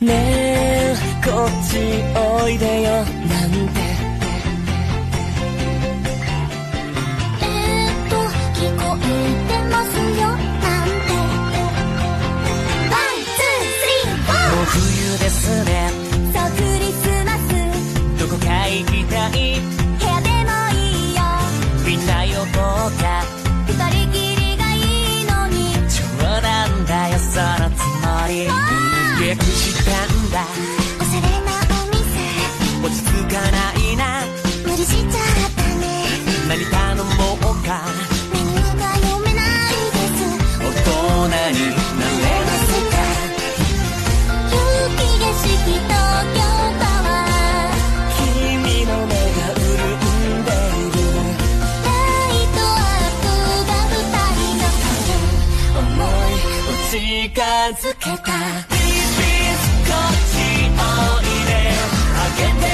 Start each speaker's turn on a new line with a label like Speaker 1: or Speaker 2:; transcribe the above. Speaker 1: ねえこっちおいでよなんて
Speaker 2: えーっと聞こえてますよなんて
Speaker 1: もう
Speaker 2: ワンツー
Speaker 1: 冬ですね
Speaker 2: スリーフォーそうクリスマス
Speaker 1: どこか行きたい
Speaker 2: 部屋でもいいよ
Speaker 1: みんな呼ぼうか
Speaker 2: 二人きりがいいのに
Speaker 1: 冗談だよそのつもり予約したんだ
Speaker 2: おしゃれなお店
Speaker 1: 落ち着かないな
Speaker 2: 無理しちゃったね
Speaker 1: 何頼もうか
Speaker 2: メニューが読めないです
Speaker 1: 大人にな
Speaker 2: 「勇気がしき東京タワー」「あなたは
Speaker 1: れます君の目が潤んでいる
Speaker 2: ライトアップが二人の
Speaker 1: 思い
Speaker 2: 影」
Speaker 1: を近づけた TBS こっちおいであげて